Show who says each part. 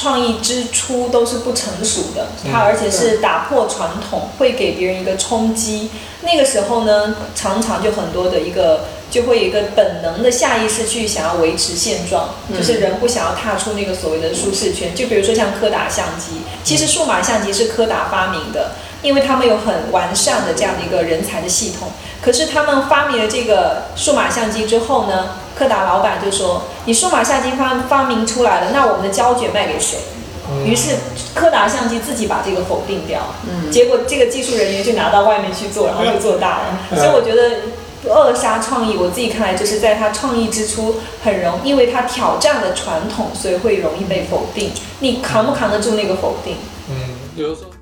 Speaker 1: 创意之初都是不成熟的，它而且是打破传统，会给别人一个冲击。那个时候呢，常常就很多的一个就会有一个本能的下意识去想要维持现状，就是人不想要踏出那个所谓的舒适圈。就比如说像柯达相机，其实数码相机是柯达发明的，因为他们有很完善的这样的一个人才的系统。可是他们发明了这个数码相机之后呢，柯达老板就说：“你数码相机发发明出来了，那我们的胶卷卖给谁？”于是柯达相机自己把这个否定掉，结果这个技术人员就拿到外面去做，然后就做大了。所以我觉得扼杀创意，我自己看来就是在它创意之初很容因为它挑战了传统，所以会容易被否定。你扛不扛得住那个否定？
Speaker 2: 嗯，有的时候。